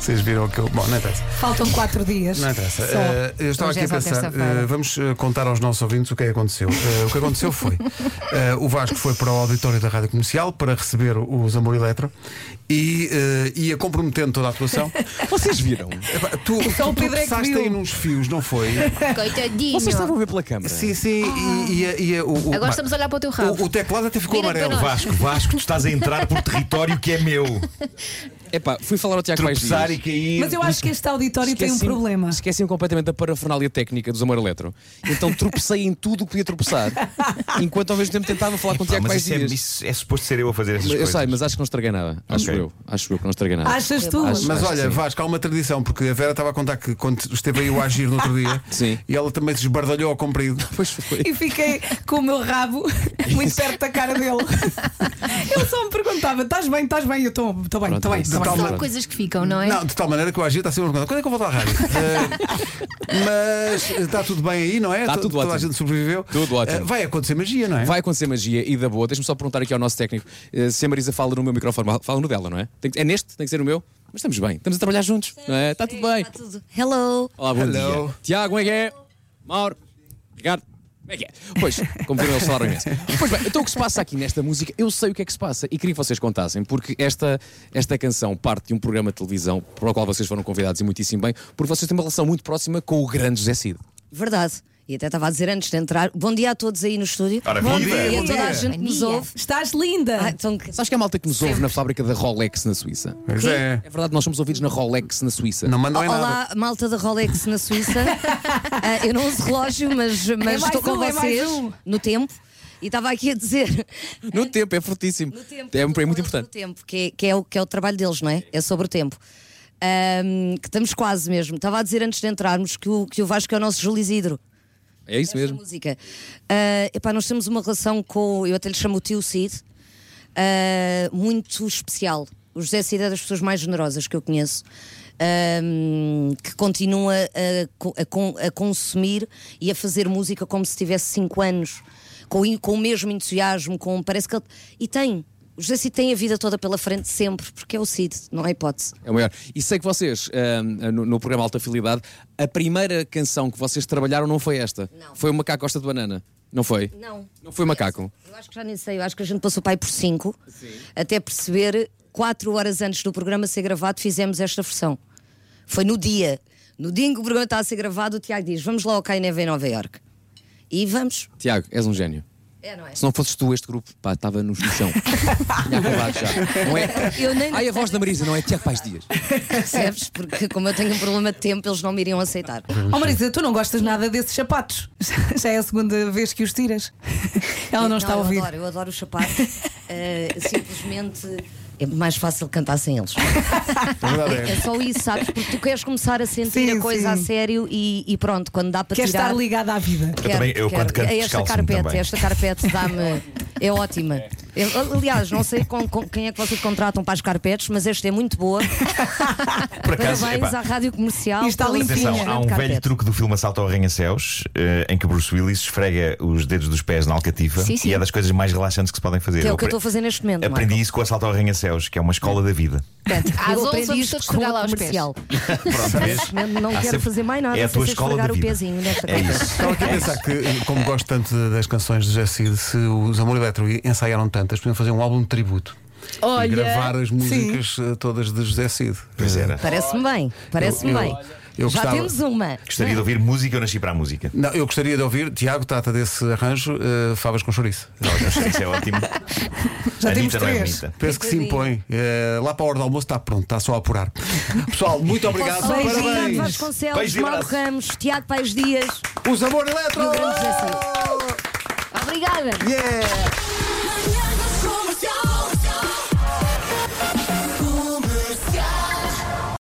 Vocês viram que eu. Bom, não interessa. Faltam quatro dias. Não interessa. Só. Eh, eu estava Hoje aqui é a só pensar, terça-feira. eh, vamos eh, contar aos nossos ouvintes o que é que aconteceu. Eh, o que aconteceu foi: eh, o Vasco foi para o auditório da Rádio Comercial para receber os Amor Eletro e eh, ia comprometendo toda a atuação. Vocês viram? Epá, tu Só tu, o tu Pedro é que passaste viu. aí nos fios, não foi? Coitadinho. Vocês estavam a ver pela câmara? sim, sim. E, Ah. e, a- e a- o, o- Agora estamos a olhar para o teu rabo. o, o teclado até ficou Vira para amarelo. nós. Vasco, Vasco, tu estás a entrar por território que é meu. Epá, fui falar ao Tiago mais Tropeçar e cair. Mas eu acho que este auditório tem um problema. Esqueci-me completamente da parafernália técnica dos Amor Eletro. Então tropecei em tudo o que podia tropeçar. enquanto ao mesmo tempo tentava falar com o Pá, Tiago mas mais isso é, dias. isso é suposto ser eu a fazer essas Eu coisas. sei, mas acho que não estraguei nada. Acho Ok. eu. Acho eu que não estraguei nada. Achas tu? Acho- Mas que é olha, sim. Vasco, há uma tradição, porque a Vera estava a contar que quando esteve aí o agir no outro dia Sim. e ela também se esbardalhou ao comprido. Pois foi. E fiquei com o meu rabo muito perto da cara dele. Ele só me perguntava: estás bem, estás bem? Eu estou estou bem, estou bem. de estou bem." Pronto, Tá tal São maneira- coisas que ficam, não é? Não, de tal maneira que o Agir está sempre a perguntar quando é que eu volto à rádio? Eh, mas está tudo bem aí, não é? Está To- tudo Toda a ótimo. gente sobreviveu. Tudo ótimo. Eh, vai acontecer magia, não é? Vai acontecer magia e da boa. Deixa-me só perguntar aqui ao nosso técnico eh, se a Marisa fala no meu microfone. Fala no dela, não é? Tem que- é neste? Tem que ser o meu? Mas estamos bem. Estamos a trabalhar juntos, não é? Está tudo bem. Hello. Olá, bom Hello. dia. Tiago, como é que é? Mauro, Ricardo, como é que é? Pois, como viram, eles falaram imenso. Pois bem, então o que se passa aqui nesta música, eu sei o que é que se passa e queria que vocês contassem, porque esta, esta canção parte de um programa de televisão para o qual vocês foram convidados e muitíssimo bem, porque vocês têm uma relação muito próxima com o grande José Cid. Verdade. E até estava a dizer antes de entrar, bom dia a todos aí no estúdio. Ora, bom bom dia, dia, a bom toda a dia. gente que nos Bom dia. ouve. Estás linda. Ah, então que- Sabes que é a malta que nos ouve na fábrica da Rolex na Suíça? Pois é. É verdade, nós somos ouvidos na Rolex na Suíça. Não mandam em nada. Olá, malta da Rolex na Suíça. Ah, eu não uso relógio, mas, mas mais estou com um, é mais vocês um. no tempo. E estava aqui a dizer. No tempo, é fortíssimo. No tempo, É, é estou com muito eles importante. No tempo, que é, que é o, que é o trabalho deles, não é? É sobre o tempo. Ahm, que estamos quase mesmo. Estava a dizer antes de entrarmos que o, que o Vasco é o nosso Júlio Isidro. É isso Essa mesmo. música. Ah, epá, nós temos uma relação com. Eu até lhe chamo o tio Cid. ah, muito especial. O José Cid é das pessoas mais generosas que eu conheço. ahm, que continua a, co- a con- a consumir e a fazer música como se tivesse 5 anos, com, in- com o mesmo entusiasmo, com parece que ele. E tem, o José Cid tem a vida toda pela frente sempre, porque é o Cid, não há hipótese. É o maior. E sei que vocês, ahm, no, no programa Alta Fidelidade, a primeira canção que vocês trabalharam não foi esta. Não. Foi o Macaco Costa de Banana. Não foi? Não. Não foi o Macaco. Eu acho que já nem sei, eu acho que a gente passou para aí por 5 até perceber, quatro horas antes do programa ser gravado, fizemos esta versão. Foi no dia. No dia em que o programa está a ser gravado, o Tiago diz: Vamos lá ao Caio Neve em Nova Iorque. E vamos. Tiago, és um gênio. É, não é? Se não fosses tu este grupo, pá, estava no chão. Tinha acabado já. Não é? Eu nem- Ai, a voz da Marisa, não é Tiago Paz Dias. Percebes? Porque, como eu tenho um problema de tempo, eles não me iriam aceitar. Oh Marisa, tu não gostas nada desses sapatos. Já é a segunda vez que os tiras. Ela não, está a eu ouvir. Adoro, eu adoro o chapado. Eh, simplesmente é mais fácil cantar sem eles. É só isso, sabes? Porque tu queres começar a sentir Sim, a coisa sim. a sério e, e pronto, quando dá para Quer tirar. estar ligada à vida. Eu também- eu quando canto, É esta descalço-me carpete, também. esta carpete dá-me. É ótima. Eu, aliás, não sei com- com quem é que vocês contratam para as carpetes, mas esta é muito boa. Por acaso, Parabéns epá, à rádio comercial. E está pela limpinha. Atenção, excelente há um velho carpete. truque do filme Assalto ao Arranha-Céus eh, em que Bruce Willis esfrega os dedos dos pés na alcatifa Sim, sim. e é das coisas mais relaxantes que se podem fazer. Que é o que apre- eu estou a fazer neste momento. Marco. Aprendi isso com o Assalto ao Arranha-Céus, que é uma escola da vida. Portanto, Às eu 11 aprendi vamos isto todos com esfregar lá o os pés. comercial. Pronto, vês? Não Há quero sempre- fazer mais nada, É a só tua sei escola da esfregar o vida. pezinho né, nesta é carpete. isso. Estava aqui a pensar que, como gosto tanto das canções de José Cid, se os Amor Eletro ensaiaram tantas, podiam fazer um álbum de tributo. Olha. E gravar as músicas eh, todas de José Cid. Pois era. Parece-me bem, parece-me Eu- bem. eu Já gostava- temos uma. Gostaria de ouvir música, eu nasci para a música. Não, eu gostaria de ouvir, Tiago trata desse arranjo, eh, Favas com Chouriço. Não, eu sei que isso é ótimo. Já temos Anitta não é três. bonita. Penso que se impõe. Eh, lá para a hora do almoço está pronto, está só a apurar. Pessoal, muito obrigado. Posso- Obrigado, Parabéns. Vasconcelos, Beijo e Mauro abraço. Ramos, Tiago Paes Dias Os Amor e Eletro! o grande José Cid. Obrigada. Yeah!